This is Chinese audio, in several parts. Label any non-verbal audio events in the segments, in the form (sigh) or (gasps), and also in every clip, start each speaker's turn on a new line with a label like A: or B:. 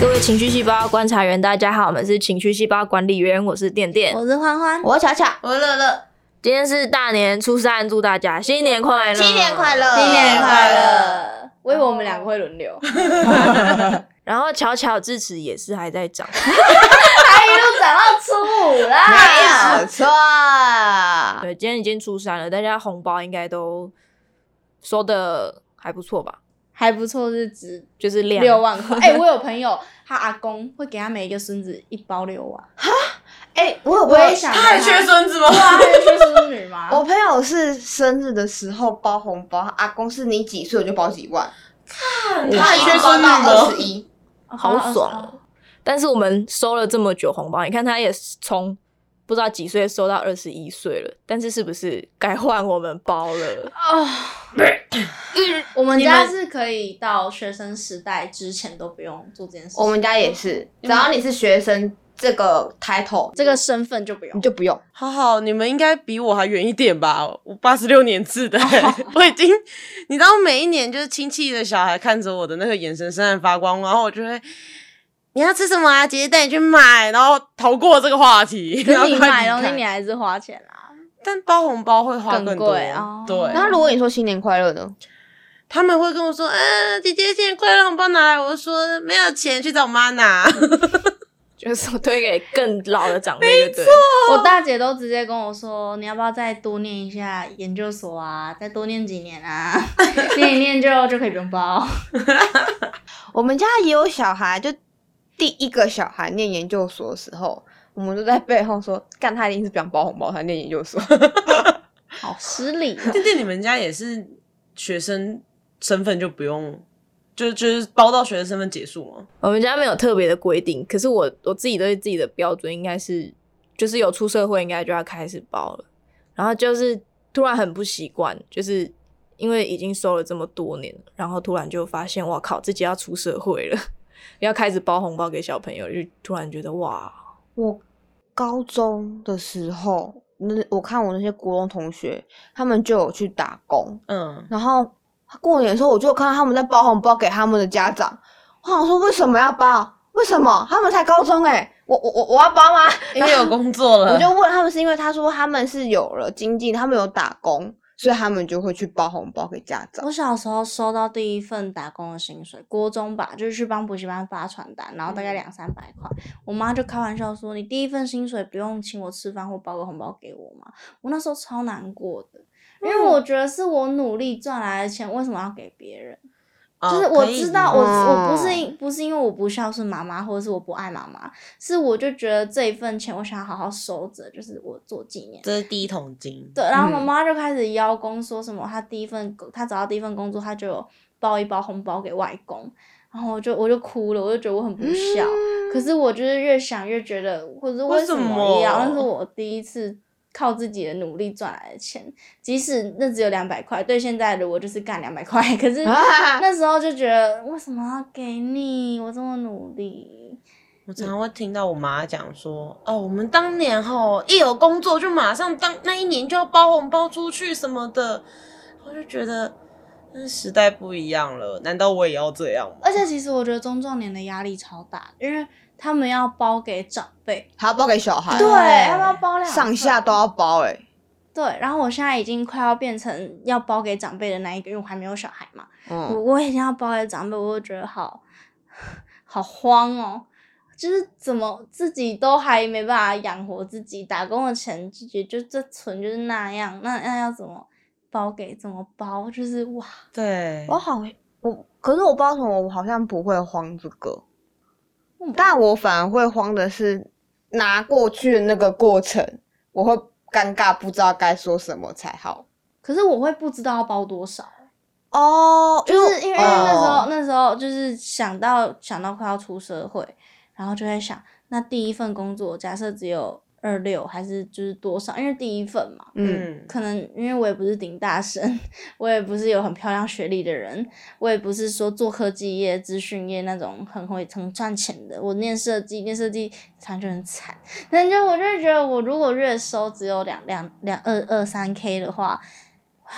A: 各位情绪细胞观察员，大家好，我们是情绪细胞管理员，我是店店。
B: 我是欢欢，
C: 我巧巧，
B: 我是乐乐，
A: 今天是大年初三，祝大家新年快乐！
C: 新年快乐，
B: 新年快乐！哦
A: 我以为我们两个会轮流。然后巧巧智齿也是还在长，
C: (laughs)
B: 哎
C: 他一路长到初五啦，
B: 没有错，
C: 啊
A: 对，今天已经初三了，大家红包应该都收的还不错吧？
B: 还不错，是值
A: 就是量
B: 六万块。哎、我有朋友，他阿公会给他每一个孙子一包六万。
C: 哎，我有
B: 我也
C: 我
B: 想
D: 他还缺孙子吗？
B: 哇，啊还有缺孙女吗？
C: (laughs) 我朋友是生日的时候包红包，阿公是你几岁我就包几万，嗯
D: 他还缺孙
C: 包
D: 女
C: 到二
D: 吗
C: 十？一，
A: 好爽哦！但是我们收了这么久红包，你看他也从不知道几岁收到二十一岁了，但是是不是该换我们包了？
C: (laughs)
B: 哦，我们家是可以到学生时代之前都不用做这件事情，
C: 我们家也是，只要你是学生这嗯个 title，
B: 这个身份就不
C: 你
B: 用。
C: 就不用。
D: 好好，你们应该比我还远一点吧？我八十六
B: (laughs)
D: 年制的、我已经，你知道每一年就是亲戚的小孩看着我的那个眼神闪闪发光，然后我就会，你要吃什么啊？姐姐带你去买，然后逃过这个
B: (laughs)
D: 话题。
B: 可
D: 然后
B: 是你
D: 快
B: 买
D: 离
B: 东西
D: 开
B: 你还是花钱啊。
D: 但包红包会花
B: 更
D: 多，
B: 贵哦
D: 对。
C: 那如果你说新年快乐呢？
D: 他们会跟我说：“嗯、姐姐，新年快乐，红包拿来。”我就说：“没有钱，去找我妈
B: (laughs)
D: 拿。
A: 就是我推给更老的长辈，对不对？
B: (laughs) 我大姐都直接跟我说，你要不要再多念一下研究所啊，再多念几年啊， (laughs) 念一念就就可以不用包。
C: 我们家也有小孩，就第一个小孩念研究所的时候，我们都在背后说，干他一定是不想包红包才念研究所。
B: 好失礼、哦”。
D: 弟弟，你们家也是学生身份就不用，就就是包到学生身份结束吗？
A: 我们家没有特别的规定，可是我我自己对自己的标准应该是，就是有出社会应该就要开始包了，然后就是突然很不习惯，就是因为已经收了这么多年了，然后突然就发现，哇靠，自己要出社会了， (laughs) 要开始包红包给小朋友，就突然觉得哇，
C: 我高中的时候，那我看我那些国中同学，他们就有去打工，
D: 嗯，
C: 然后过年的时候，我就有看到他们在包红包给他们的家长。我想说，为什么要包？为什么他们才高中哎、我我我我要包吗？
D: 因
B: (laughs)
D: 为有工作了，
C: 我就问他们，是因为他说他们是有了经济，他们有打工，所以他们就会去包红包给家
B: (laughs) (laughs)
C: 长。
B: 我小时候收到第一份打工的薪水，国中吧，就是去帮补习班发传单，然后大概两三百块。我妈就开玩笑说：“你第一份薪水不用请我吃饭或包个红包给我吗？”我那时候超难过的，因为我觉得是我努力赚来的钱，为什么要给别人？
D: 哦
B: 就是我知道
D: 可以
B: 我、
C: 理解
B: 我不是因不是因为我不孝顺妈妈，或者是我不爱妈妈，是我就觉得这一份钱我想要好好收着，就是我做纪念。
D: 这是第一桶金，
B: 对，然后我
A: 嗯
B: 妈就开始邀功，说什么她第一份工，她找到第一份工作，她就有包一包红包给外公，然后我就我就哭了，我就觉得我很不孝。可是我就是越想越觉得，或者为
D: 为什
B: 么要？
D: 么
B: 那是我第一次靠自己的努力赚来的钱，即使那只有两百块，对现在的我就是干两百块。可
C: 啊
B: 是 (laughs) 那时候就觉得，为什么要给你？我这么努力，
D: 我常常会听到我妈讲说，哦，我们当年吼一有工作就马上当那一年就要包红包出去什么的，我就觉得，嗯，时代不一样了，难道我也要这样吗？
B: 而且其实我觉得中壮年的压力超大，因为他们要包给长辈。
C: 还要包给小孩，
B: 对，
D: 哎
B: 要不要包两份
C: 上下都要包哎、
B: 对。然后我现在已经快要变成要包给长辈的那一个，因为我还没有小孩嘛，我
C: 嗯，
B: 我已经要包给长辈，我就觉得好好慌哦，就是怎么自己都还没办法养活自己，打工的钱自己就这存就是那样，那那要怎么包给怎么包？就是哇，
D: 对，
C: 我好我，可是我不知道为什么，我好像不会慌这个，
B: 嗯
C: 但我反而会慌的是拿过去的那个过程，我会尴尬，不知道该说什么才好。
B: 可是我会不知道要包多少。
C: 哦，
B: 就是因为那时候、
C: 哦
B: 那时候就是想到想到快要出社会，然后就在想，那第一份工作假设只有二六还是就是多少？因为第一份嘛，
C: 嗯，
D: 嗯，
B: 可能因为我也不是顶大生， (laughs) 我也不是有很漂亮学历的人，我也不是说做科技业、资讯业那种很会很赚钱的。我念设计，念设计反正就很惨。但就我就觉得，我如果月收只有两两两二二三 K 的话，哇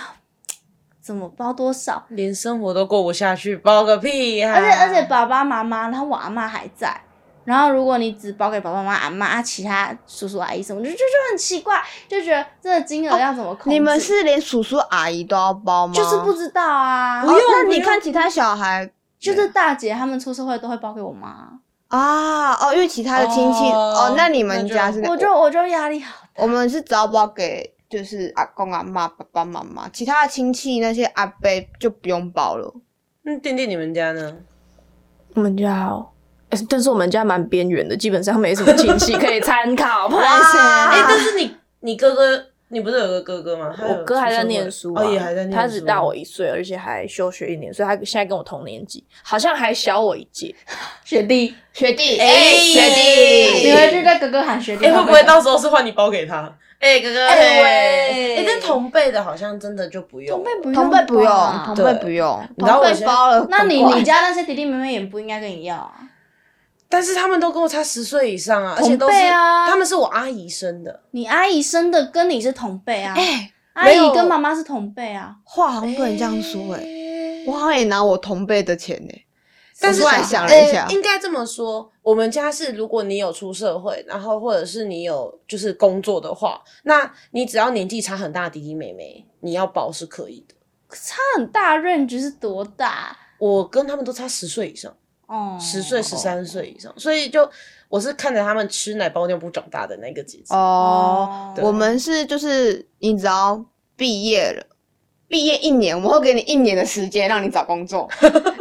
B: 怎么包多少？
D: 连生活都过不下去，包个屁啊呀、
B: 而
C: 啊
B: 且而且爸爸妈妈，然后我阿妈还在。然后如果你只包给爸爸妈妈、阿妈、啊其他叔叔阿姨什么，就就就很奇怪，就觉得这个金额要怎么控制？
C: 哦你们是连叔叔阿姨都要包吗？
B: 就是不知道啊，
C: 哦那你看其他小孩
B: 就是大姐他们出社会都会包给我妈，
C: 啊，哦，因为其他的亲戚
D: 哦
C: 哦那你
D: 那
C: 们
D: 就
C: 家是
B: 我就我就压力好
C: 我们是只要包给就是阿公阿妈、爸爸妈妈，其他的亲戚那些阿伯就不用包了。
D: 那嗯店店你们家呢？
A: 我们家哦，呃但是我们家蛮边缘的，基本上没什么亲戚可以参 (laughs) 考。不好意思
B: 啊
C: 哇
D: 哎、但是你你哥哥，你不是有个哥哥吗？他有
A: 我哥还在
D: 出社会
A: 念书、啊，
D: 哦，也还在念书，
A: 他只大我一岁，而且还休学一年，所以他现在跟我同年级，好像还小我一届。
B: 学弟，
C: 学弟，
D: 哎学弟
B: 你回去对哥哥喊学弟，
D: 哎、会不会到时候是换你包给他？哎、哥哥，
B: 哎
D: 哎、
B: 喂
D: 但同辈的好像真的就不用
B: 同辈不用，啊
C: 同辈不用，啊同
D: 对
C: 辈不用，
D: 你知道
C: 同
D: 我
C: 辈
D: 现在
C: 包了很怪。
B: 那你你家那些弟弟妹妹也不应该跟你要啊，
D: 但是他们都跟我差十岁以上啊，而且都是、
B: 同辈啊
D: 他们是我阿姨生的，
B: 你阿姨生的跟你是同辈啊，
C: 哎，
B: 阿
C: 没
B: 姨
C: 有
B: 跟妈妈是同辈啊，
C: 话好像不能这样说哎、我好像也拿我同辈的钱哎、
D: 但是
C: 我突然想了一下
D: 呃应该这么说，我们家是如果你有出社会，然后或者是你有就是工作的话，那你只要年纪差很大的弟弟妹妹，你要保是可以的。
B: 差很大，range 是多大？
D: 我跟他们都差十岁以上，
B: 哦，
D: 十岁、十三岁以上，所以就我是看着他们吃奶包尿布长大的那个姐姐。
C: 哦，
B: 哦，
C: 我们是就是你只要毕业了。毕业一年，我会给你一年的时间让你找工 (laughs) 作。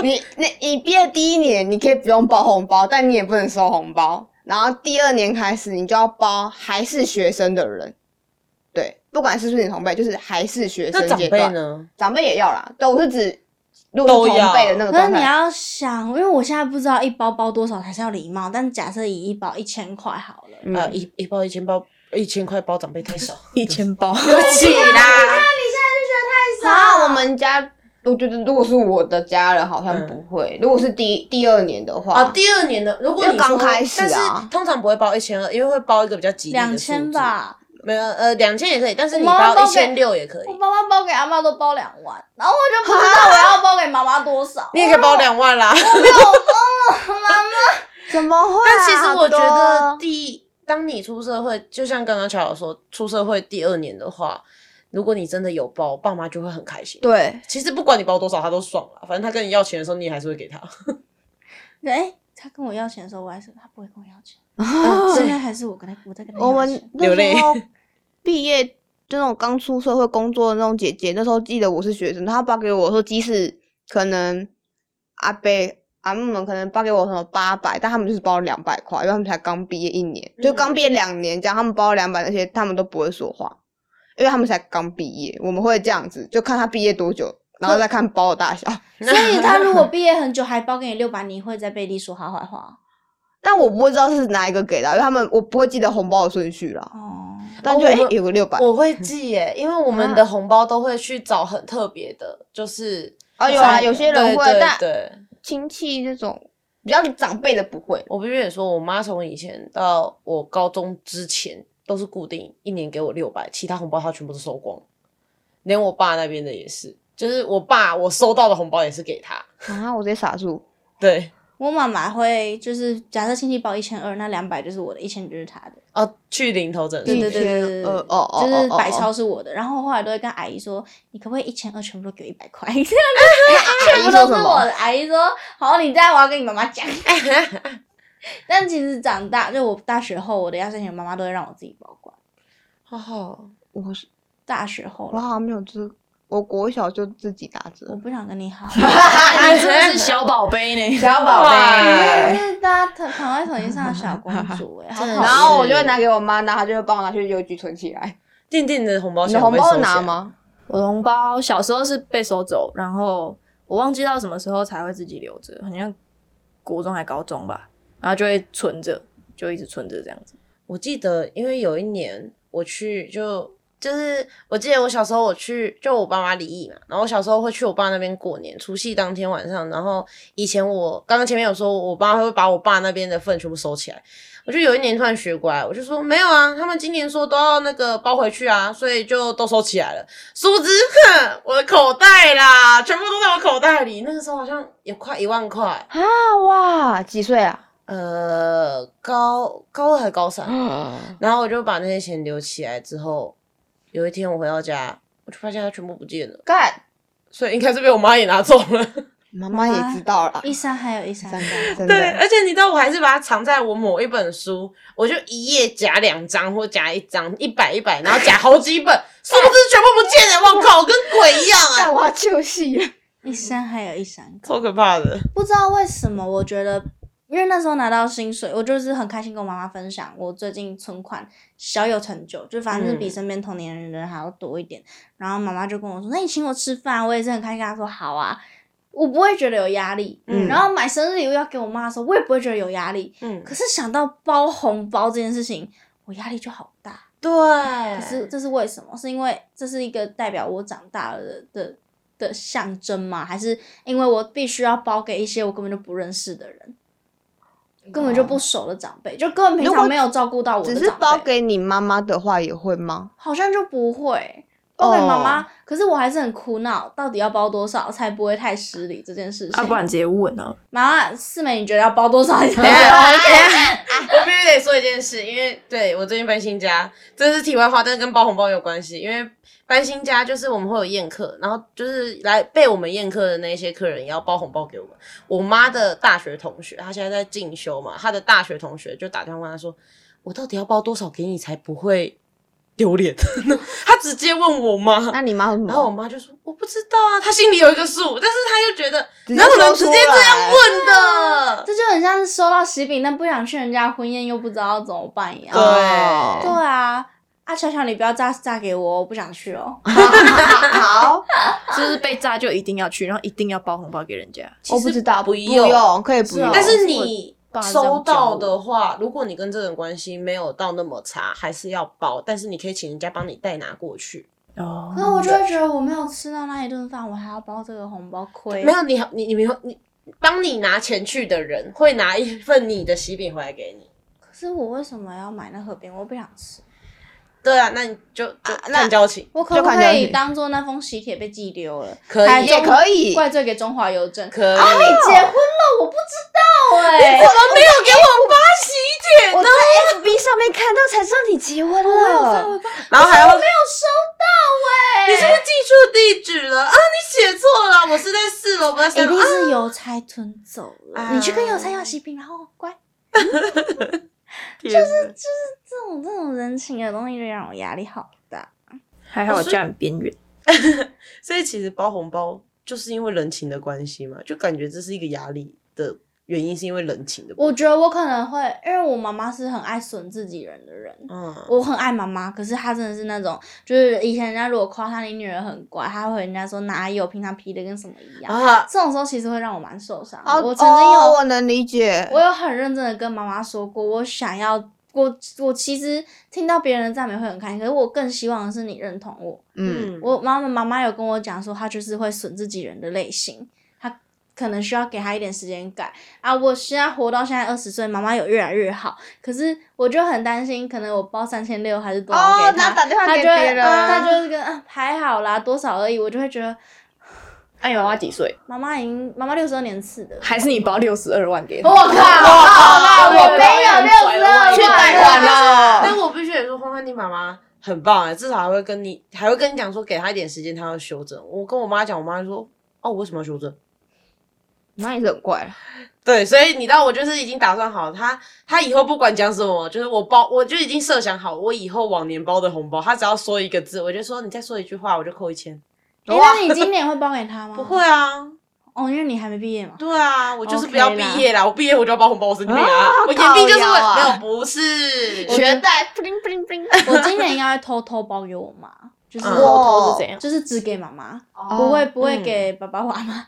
C: 你那你毕业第一年，你可以不用包红包，但你也不能收红包。然后第二年开始，你就要包还是学生的人，对，不管是不是你同辈，就是还是学
D: 那
C: 生
D: 长
C: 阶
D: 辈
C: 段，
D: 呢？
C: 长辈也要啦。对，我是指如
D: 都
C: 果是
D: 要
C: 同辈的那个
B: 可是
C: 状
B: 你
C: 态，
B: 要想，因为我现在不知道一包包多少才是要礼貌，但假设以一包一千块好了，
C: 呃
D: 啊，
C: 嗯
D: 一一包一千包一千块包长辈太 (laughs) 少，
A: (laughs) 一千 (laughs) 包，
D: 啊
C: 对不起啦。
B: 太
C: 啊，我们家我觉得如果是我的家人，好像不会。如果是第第二年的话，
D: 啊，嗯第二年的，如果
C: 因
D: 你
C: 为
D: 说
C: 刚开始啊
D: 但是通常不会包一千二，因为会包一个比较吉利的
B: 两
D: 数字
B: 千，吧，
D: 没有呃两千也可以，但是你
B: 我妈妈
D: 包
B: 包
D: 一
B: 给
D: 千六也可以
B: 我，妈妈包给阿妈都包两万，然后我就不知道我要包给妈妈多少。
D: 你也可以包两万啦。
B: 啊
C: 怎么会啊、
D: (laughs) 但其实我觉得
C: 多
D: 第一，当你出社会，就像刚刚乔乔说，出社会第二年的话，如果你真的有包，爸妈就会很开心。
C: 对，
D: 其实不管你包多少，他都爽了。反正他跟你要钱的时候，你也还是会给他。
B: (laughs) 哎，他跟我要钱的时候，我还是他不会跟我要 (laughs) 钱，啊
C: 哦
D: 对
B: 现在还是我跟他我在跟他要
C: 我
B: 钱
C: 们
D: 流
C: 那
D: 泪
C: 时
D: (laughs)
C: 候毕业，就那种刚出社会工作的那种姐姐，那时候记得我是学生，她包给我说，即使可能阿伯。阿姆们可能包给我什么八百，但他们就是包两百块，因为他们才刚毕业一年，
D: 嗯
C: 就刚毕业两年这样，他们包两百那些，他们都不会说话，因为他们才刚毕业。我们会这样子，就看他毕业多
D: (laughs)
C: 久，然后再看包的大小。
B: 所以他如果毕业很久还包给你六百，你会在背地说他坏话
C: 但我不会知道是哪一个给的，因为他们我不会记得红包的顺序啦。
B: (laughs) 哦。
C: 但就、
D: 我
C: 诶
D: 们
C: 有个六百，
D: 我
C: (laughs)
D: 会记耶，因为我们
C: 啊
D: 的红包都会去找很特别的，就是
C: 哦有啊，有些人会，
D: 对对
C: 但
D: 对，
C: 亲戚这种比较长辈的不会。
D: 我必须得说，我妈从以前到我高中之前都是固定一年给我六百，其他红包她全部都收光，连我爸那边的也是，就是我爸我收到的红包也是给他。
C: 啊，我直接傻住。
D: 对，
B: 我妈妈会就是假设亲戚包一千二，那两百就是我的，一千就是他的。
D: 哦，去零头整
B: 对
D: 数
B: 对对对对对，
C: 呃哦哦
B: 就是
C: 哦哦
B: 百超是我的。然后后来都会跟阿姨说，你可不可以一千二全部都给我一百块？这样子全部都是我的。阿姨说，好，你这样我要跟你妈妈讲。但其实长大，就我大学后，我的压岁钱妈妈都会让我自己保管。
D: 好哦好，
C: 我是
B: 大学后
C: 我
B: 了，
C: 好像没有这，我国小就自己打
B: 我
C: 折。
B: 不想跟你好。
A: 你真的是小宝贝呢，
C: 小
D: 宝贝
B: 就是大家躺躺在手机上的小公主哎、好
D: 真的
B: 讨厌。
D: 是
C: 然后我就会
D: 嗯
C: 拿给我妈，然后她就会帮我拿去邮局存起来。
D: 定定的红包
C: 你
D: 钱
C: 的红
D: 我被
C: 包
D: 收起来
C: 拿？吗？
A: (laughs) 我的红包小时候是被收走，然后我忘记到什么时候才会自己留着，好像国中还高中吧，然后就会存着，就一直存着这样子。
D: 我记得，因为有一年我去就。就是我记得我小时候我去，就我爸妈离异嘛，然后我小时候会去我爸那边过年，除夕当天晚上。然后以前我刚刚前面有说，我爸会把我爸那边的份全部收起来。我就有一年突然学乖，我就说没有啊，他们今年说都要那个包回去啊，所以就都收起来了。殊不知，哼，我的口袋啦，全部都在我口袋里。那个时候好像有快一万块，
C: 啊哇，几岁
D: (gasps)
C: 啊？
D: 呃，高高二还高三，啊然后我就把那些钱留起来之后，有一天我回到家，我就发现它全部不见了，
C: 干，
D: 所以应该是被我妈也拿走了。
C: 妈妈也知道了，
B: 一山还有一山
C: 真
B: 高。
C: 的真 (laughs)
D: 对，
C: 的，
D: 而且你知道，我还是把它藏在我某一本书，我就一页夹两张或夹一张，一百一百，然后夹好几本，是不是全部不见了？我靠，我跟鬼一样啊，
C: 但我要休息了。
B: 一山还有一山高。
D: 超可怕的。
B: 不知道为什么，我觉得，因为那时候拿到薪水，我就是很开心跟我妈妈分享，我最近存款小有成就，就反正是比
D: 嗯
B: 身边同年龄的人还要多一点。然后妈妈就跟我说：“那你请我吃饭。”我也是很开心，跟她说：“好啊。”我不会觉得有压力。
D: 嗯
B: 然后买生日礼物要给我妈的时候，我也不会觉得有压力。
D: 嗯，
B: 可是想到包红包这件事情，我压力就好大。
D: 对，
B: 可是这是为什么？是因为这是一个代表我长大了的的的象征吗？还是因为我必须要包给一些我根本就不认识的人，根本就不熟的长辈，就根本平
C: 哦如果
B: 常没有照顾到我的
C: 只
B: 长辈，
C: 是包给你妈妈的话，也会吗？
B: 好像就不会包给妈妈。
C: 哦
B: 可是我还是很苦恼，到底要包多少才不会太失礼这件事情？
A: 啊，不然直接问啊。
B: 妈妈四妹，你觉得要包多少
C: (laughs)
B: 才
D: 等一下
B: 好？
C: 啊
D: 我必须得说一件事，因为对我最近搬新家，这是题外话，但是跟包红包有关系。因为搬新家就是我们会有宴客，然后就是来被我们宴客的那一些客人也要包红包给我们。我妈的大学同学，她现在在进修嘛，她的大学同学就打电话问她说：“我到底要包多少给你才不会丢脸？” (laughs) 她直接问我妈。
C: 那你妈有什么
D: 然后我妈就说：“我不知道啊，她心里有一个数，但是她又觉得
C: 直接
D: 哪有人
C: 说
D: 直
C: 出
D: 接这样
C: 来
D: 问的？”
B: 这就很像是收到喜饼，但不想去人家婚宴又不知道怎么办一样。
C: 哦
B: 对啊，啊巧巧，你不要炸炸给我，我不想去哦。
C: 好，
A: 就是被炸就一定要去，然后一定要包红包给人家。
C: 我哦不知道，
D: 不
C: 用，啊
D: 用
C: 可以不
A: 是
C: 用
A: 哦。
D: 但是
A: 是
D: 你
A: 我爸这样
D: 收到
A: 教
D: 的话，如果你跟这个人关系没有到那么差，还是要包，但是你可以请人家帮你代拿过去。
A: 哦
B: 可是我就会觉得我没有吃到那一顿饭，我还要包这个红包亏。
D: 没有你，你你没有你帮你拿钱去的人会拿一份你的喜饼回来给你。
B: 可是我为什么要买那盒饼？我不想吃。
D: 对啊，那你就就
C: 那
D: 看交情，
B: 我可不
C: 就看
B: 可
C: 起来
B: 以
C: 是
B: 当做那封喜帖被寄丢了？
D: 可以
B: 还
C: 也
B: 中
C: 可以
B: 怪罪给中华邮政。
D: 可以。
B: 你结婚了，我不知道哎、
D: 怎么没有给我发喜帖
C: 我
D: 呢
C: 在？FB 上面看到才知道你结婚了，
D: 然后还要
B: 没有收到哎、
D: 你是不是记错地址了啊？你写错了，我是在四楼，不在
B: 一
D: 三楼
B: 定
D: 啊。
B: 是邮差吞走了。
D: 啊
B: 你去跟邮差要喜饼，然后乖。
D: 就是
B: 这种这种人情的东西就让我压力好大。
A: 还好我家很边缘，
D: 所以其实包红包就是因为人情的关系嘛，就感觉这是一个压力的原因，是因为人情的部
B: 我
D: 分。
B: 觉得我可能会，因为我妈妈是很爱损自己人的人。
D: 嗯，
B: 我很爱妈妈，可是她真的是那种，就是以前人家如果夸她你女儿很乖，她会人家说哪有，平常皮的跟什么一样。
D: 啊，
B: 这种时候其实会让我蛮受伤的。
C: 哦，
B: 我曾经有、
C: 哦我能理解，
B: 我有很认真的跟妈妈说过，我想要我我其实听到别人的赞美会很开心，可是我更希望的是你认同我。
C: 嗯，
B: 我妈妈妈妈有跟我讲说，她就是会损自己人的类型，她可能需要给她一点时间改啊。我现在活到现在二十岁，妈妈有越来越好，可是我就很担心，可能我包三千六还是多少
C: 哦，
B: 给她，
C: 那打电话
B: 她
C: 给
B: 就
C: 别
B: 会
C: 人，
B: 她就是跟、啊、还好啦，多少而已，我就会觉得
A: 哎，你妈妈几岁？
B: 妈妈已经妈妈六十二年次的，
A: 还是你包六十二万给
B: 我
A: 她？
B: 靠，我靠，
C: 哦我
B: 我
C: 没
B: 没
C: 有
B: 有
C: 六
B: 六十
C: 十
B: 二
C: 二万，
B: 万，
D: 去贷款了
C: 了。
D: 但我必须得说，欢欢你妈妈很棒哎、至少还会跟你，还会跟你讲说，给她一点时间，她要修正。我跟我妈讲，我妈就说，哦，我为什么要修正？
C: 那也是很怪啊，
D: 对，所以你知道，我就是已经打算好，她她以后不管讲什么，就是我包，我就已经设想好，我以后往年包的红包，她只要说一个字，我就说你再说一句话，我就扣一千。
B: 哎，那你今年会包给
C: (laughs)
B: 她吗？
D: 不会啊，
B: 哦，因为你还没毕业嘛。
D: 对啊，我就是不
B: OK
D: 要
B: 啦
D: 毕业啦，我毕业我就要包红包，我生病啊，我
C: 靠
D: 眼病就是
C: 腰
D: 我
C: 啊
D: 没有不是，
C: 学贷 bling bling bling，
B: 我今年应该会偷偷包给我妈，就是
D: 嗯
A: 我头是怎样？
B: 就是只给妈妈，
C: 哦
B: 不会不会
D: 嗯
B: 给爸爸或阿妈。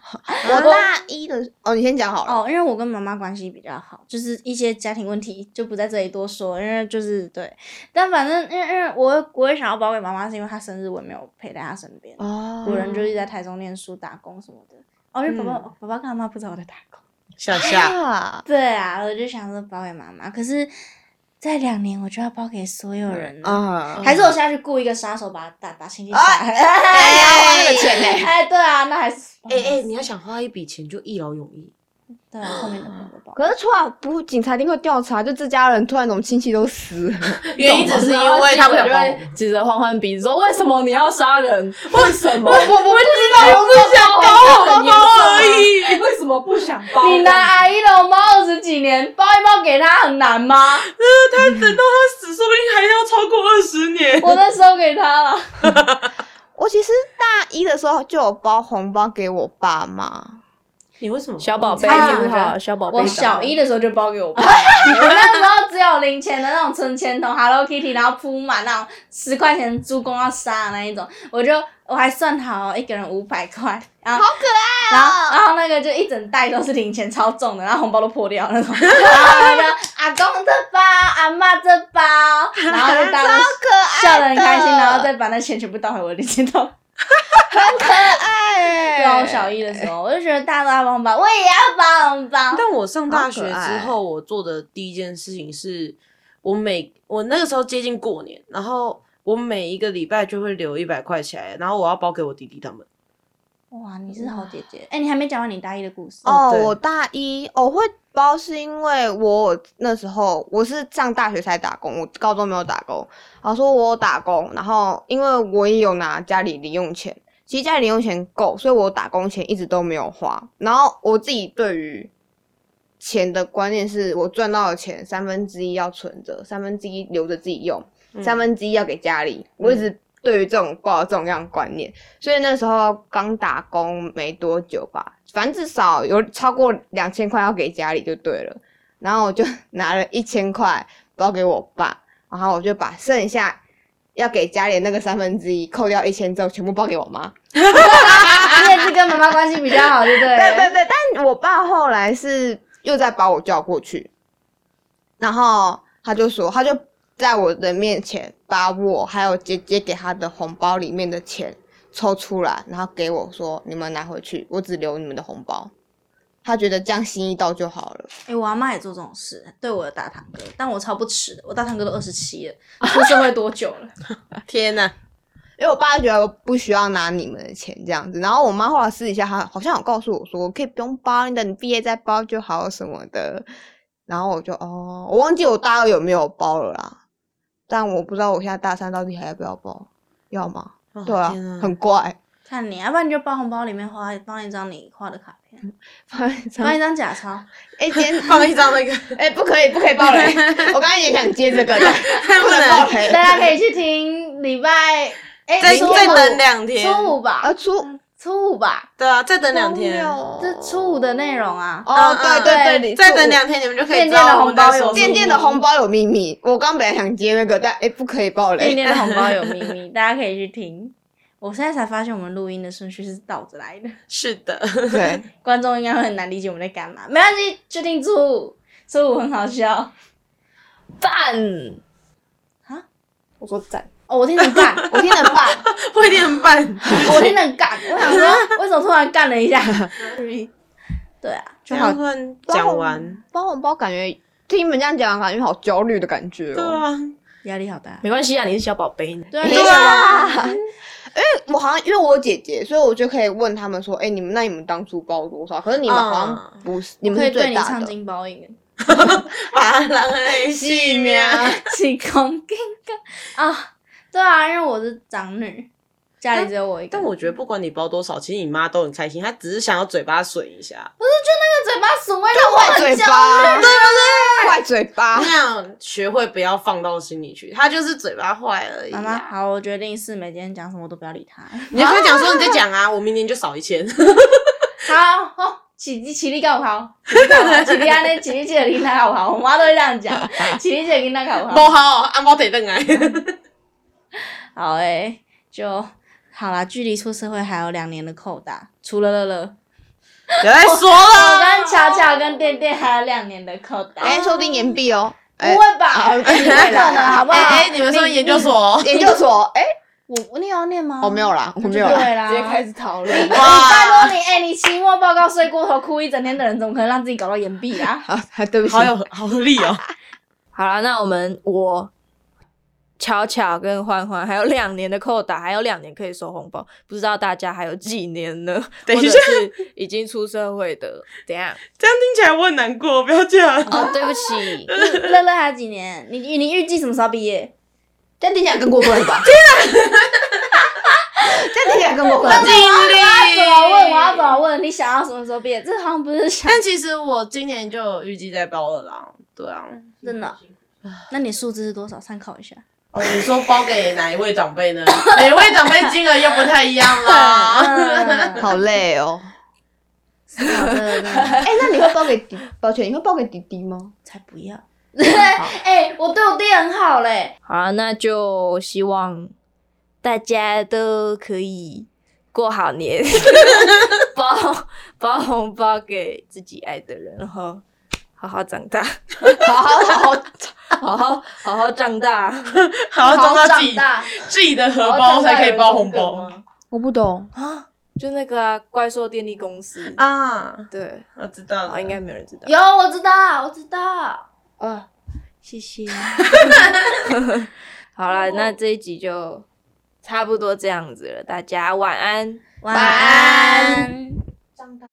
C: 我大一的时哦，你先讲好了。
B: 哦，因为我跟妈妈关系比较好，就是一些家庭问题就不在这里多说，因为就是对，但反正因为因为我我也想要包给妈妈，是因为她生日我也没有陪在她身边，
C: 哦
B: 我人就是在台中念书打工什么的。哦，因为爸爸、
C: 嗯
B: 爸爸跟妈妈不知道我在打工。
D: 下下，
C: 啊，
B: 对啊，我就想说包给妈妈，可是再两年我就要包给所有人了。
C: 啊
B: 还是我现在去雇一个杀手把打把亲戚杀？
C: 哎
B: 哎
C: 呀，花那个钱呢？
B: 对啊，那还是
D: 哎哎，你要想花一笔钱就一劳永逸，
B: 对啊，后面的朋友包。
C: 可是突然不，警察一定会调查，就自家人突然怎么亲戚都死了，
D: 原因只是因为他不想
A: 然后
D: 帮
A: 就会指着欢欢鼻子说：“为什么你要杀人？为什么？
D: 我不知道，我不想包红包而已。
A: 为什么不想包？
B: (laughs) 你拿阿姨的红包二十几年，包一包给她很难 (laughs) 吗？
D: 他等到他死，说不定还要超过二十年。
B: 我再收给她了。
C: 我其实大一的时候就有包红包给我爸妈，
D: 你为什么
A: 小宝贝，
B: 啊
A: 你好，小宝贝。”
B: 我小一的时候就包给 (laughs) 我爸，我那时候只有零钱的那种存钱筒，Hello Kitty，然后铺满那种十块钱猪公要杀的那一种，我就我还算好一个人五百块，然后好可爱、然哦后然后那个就一整袋都是零钱，超重的，然后红包都破掉那种，然后 (laughs) 我就阿公这包，阿妈这包，然后就大 (laughs) 家
C: 可
B: 笑得很开心，然后再把那钱全部倒回我的零钱筒。
C: 爱
B: 对啊，我小一的时候，我就觉得大家都要包红包，我也要包红包。
D: 但我上大学
C: 好可
D: 之
C: 爱
D: 后，我做的第一件事情是，我每我那个时候接近过年，然后我每一个礼拜就会留一百块起来，然后我要包给我弟弟他们。
B: 哇，你是好姐姐！哎、你还没讲完你大一的故事
C: 哦，
D: 对
C: 我大一我会包是因为我那时候我是上大学才打工，我高中没有打工。然后说我有打工，然后因为我也有拿家里零用钱，其实家里零用钱够，所以我打工钱一直都没有花。然后我自己对于钱的观念是我赚到的钱三分之一要存着，三分之一留着自己用，
D: 嗯
C: 三分之一要给家里。我一直对于这种抱着这种样观念，所以那时候刚打工没多久吧，反正至少有超过两千块要给家里就对了。然后我就 (laughs) 拿了一千块包给我爸，然后我就把剩下要给家里的那个三分之一扣掉一千之后，全部包给我妈。
B: 你也是跟妈妈关系比较好，对不对？
C: 对
A: (laughs)
C: 对对，但我爸后来是又再把我叫过去，然后他就说，他就在我的面前把我还有姐姐给他的红包里面的钱抽出来，然后给我说，你们拿回去，我只留你们的红包。他觉得这样心意到就好了。
B: 哎、我阿妈也做这种事，对我的大堂哥，但我超不吃的，我大堂哥都二十七了， (laughs) 出社会多久了？
D: 天哪！
C: 因为我爸觉得我不需要拿你们的钱这样子，然后我妈后来私底下还好像有告诉我说，可以不用包，你等你毕业再包就好什么的。然后我就哦，我忘记我大二有没有包了啦，但我不知道我现在大三到底还要不要包，要吗？
D: 哦
C: 对啊
D: 天，哪
C: 很怪，
B: 看你，要啊不然你就包红包里面花放一张你画的卡片，
C: 哎，
B: 放一张假钞，
C: 今天
D: 放一张那个，
C: 哎，不可以，不可以爆雷！我刚才也想接这个
D: (laughs)
C: 的，不能爆
B: (laughs)
C: 雷。
B: 大家可以去听礼拜哎、
D: 再
B: 初五
D: 再等两天，
B: 初五吧
C: 啊，，初
B: 初五吧，
D: 对啊，再等两天。嗯
C: 荒
B: 这
C: 谬
B: 初五的内容啊。
C: 哦，对对对，
D: 再等
C: 两。
D: 两天，你们就可
B: 渐
D: 以知
B: 渐的
D: 道我们在
B: 红包有
D: 说什么
C: 店店的红包有秘密，我刚本来想接那个，但哎、诶不可以爆
B: 恋
C: 雷。
B: 恋的红包有
C: 哎
B: 秘密，大家可以去听。我现在才发现我们录音的顺序是倒着来的，
D: 是的， (laughs)
C: 对，
B: 观众应该会很难理解我们在干嘛。没关系，去听初五，初五很好笑。
A: 蛋，
C: 我说赞，
B: 哦，我听成干，
C: 我听得办。
D: 不一定办。
B: 我听成干，我想说为什么突然干了一下？ (laughs) 对啊，(laughs)
D: 就好，突然讲完，
C: 包红包，感觉听你们这样讲，感觉好焦虑的感觉
D: 对
C: 哦。
D: 啊，
B: 压力好大。
A: 没关系啊，你是小宝贝。
B: 对啊，
C: 哎
B: 你
C: 对
B: 想
C: 啊，因为我好像因为我有姐姐，所以我就可以问他们说，哎、你们那你们当初包多少？可是你们好像不是，你
B: 嗯
C: 们
B: 可
C: 是
B: 以对
C: 最
B: 你
C: 大
B: 唱
C: 的。
B: 金包银， (laughs)
D: 把狼的性命。
B: 啊气功金刚啊，对啊，因为我是长女，家里只有我一个。
D: 但我觉得不管你包多少，其实你妈都很开心，她只是想要嘴巴损一下。
B: 这嘴巴损味道，我
C: (laughs) 坏嘴
B: 很焦虑。
C: 巴，对不对？坏嘴巴，
D: 那样学会不要放到心里去，她就是嘴巴坏而已、啊
B: 妈妈，，好，我决定四美今天讲什么我都不要理他。
D: 你就跟她讲说你在讲啊，我明年就少一千。
B: (laughs) 好，好，起立起立告好，起立告好，起立安尼，起立记得跟他告好。我妈都会这样讲， (laughs) 起立记得跟他告
D: 不
B: 好。
D: 好，阿猫得等来。
B: 好诶、欸，就好啦，距离出社会还有两年的扣打，除了乐乐，
D: 别 (laughs) 再说了，
B: 我跟巧巧跟店店还有两年的扣打。
C: 哎，说不定延毕哦，
B: 不
C: 哎
B: 会吧？不可能，好不好？
D: 哎哎，你们说研究所哦？
C: 研究所，哎，哦
B: 我你有要念吗？
C: 我没有啦，我没有啦，
B: 对啦，
A: 直接开始讨论。
B: 哇！拜托你，哎、你期末报告睡过头哭一整天的人，怎么可能让自己搞到眼闭啊？
C: 好，还对不起
D: 好，有好合理哦，
A: 好了，那我们我巧巧跟欢欢还有两年的扣打，还有两年可以收红包，不知道大家还有几年呢？
D: 等一下
A: 或者是已经出社会的，怎样？
D: 这样听起来我很难过，不要这样。
A: 哦，对不起，
B: 乐乐还有几年？你你预计什么时候毕业？
C: 这样听起来更过分
B: (laughs)
C: 了吧？这样听起来更过分了吧。
B: 怎么问？我要怎么问？你想要什么时候毕业？这好像不是想
D: (laughs) 但其实我今年就有预计在包了啦，对啊。
B: 真的。那你数字是多少？参考一
C: (laughs)
B: 下。
D: 哦，你说包给哪一位长辈 (laughs) 呢？每位长辈金额又不太一样啦。
B: 嗯，
C: (laughs) 好累哦！
B: 是啊真的真的
C: 哎、那你会包给弟？抱歉，你会包给弟弟吗？
B: 才不要。 (laughs) 哎、我对我弟很好嘞。
A: 好啊，那就希望大家都可以过好年， (laughs) 包包红包给自己爱的人，然后好好长大， (laughs) 好好好好好好好长大。
D: (laughs) 好，要找到自己
B: 大，
D: 自己的荷
B: 好
D: 包
B: 长大
D: 才可以包红
B: 有这种
D: 包
B: 梗吗。
C: 我不懂，
A: 啊，就那个啊，怪兽电力公司，
D: 啊！
A: 对，
D: 我知道
A: 啊，
D: 了，
A: 应该没有人知道。
B: 有，我知道，我知道。
A: 啊，
B: 谢谢。
A: 好了，那这一集就差不多这样子了，大家晚安。
B: 晚安。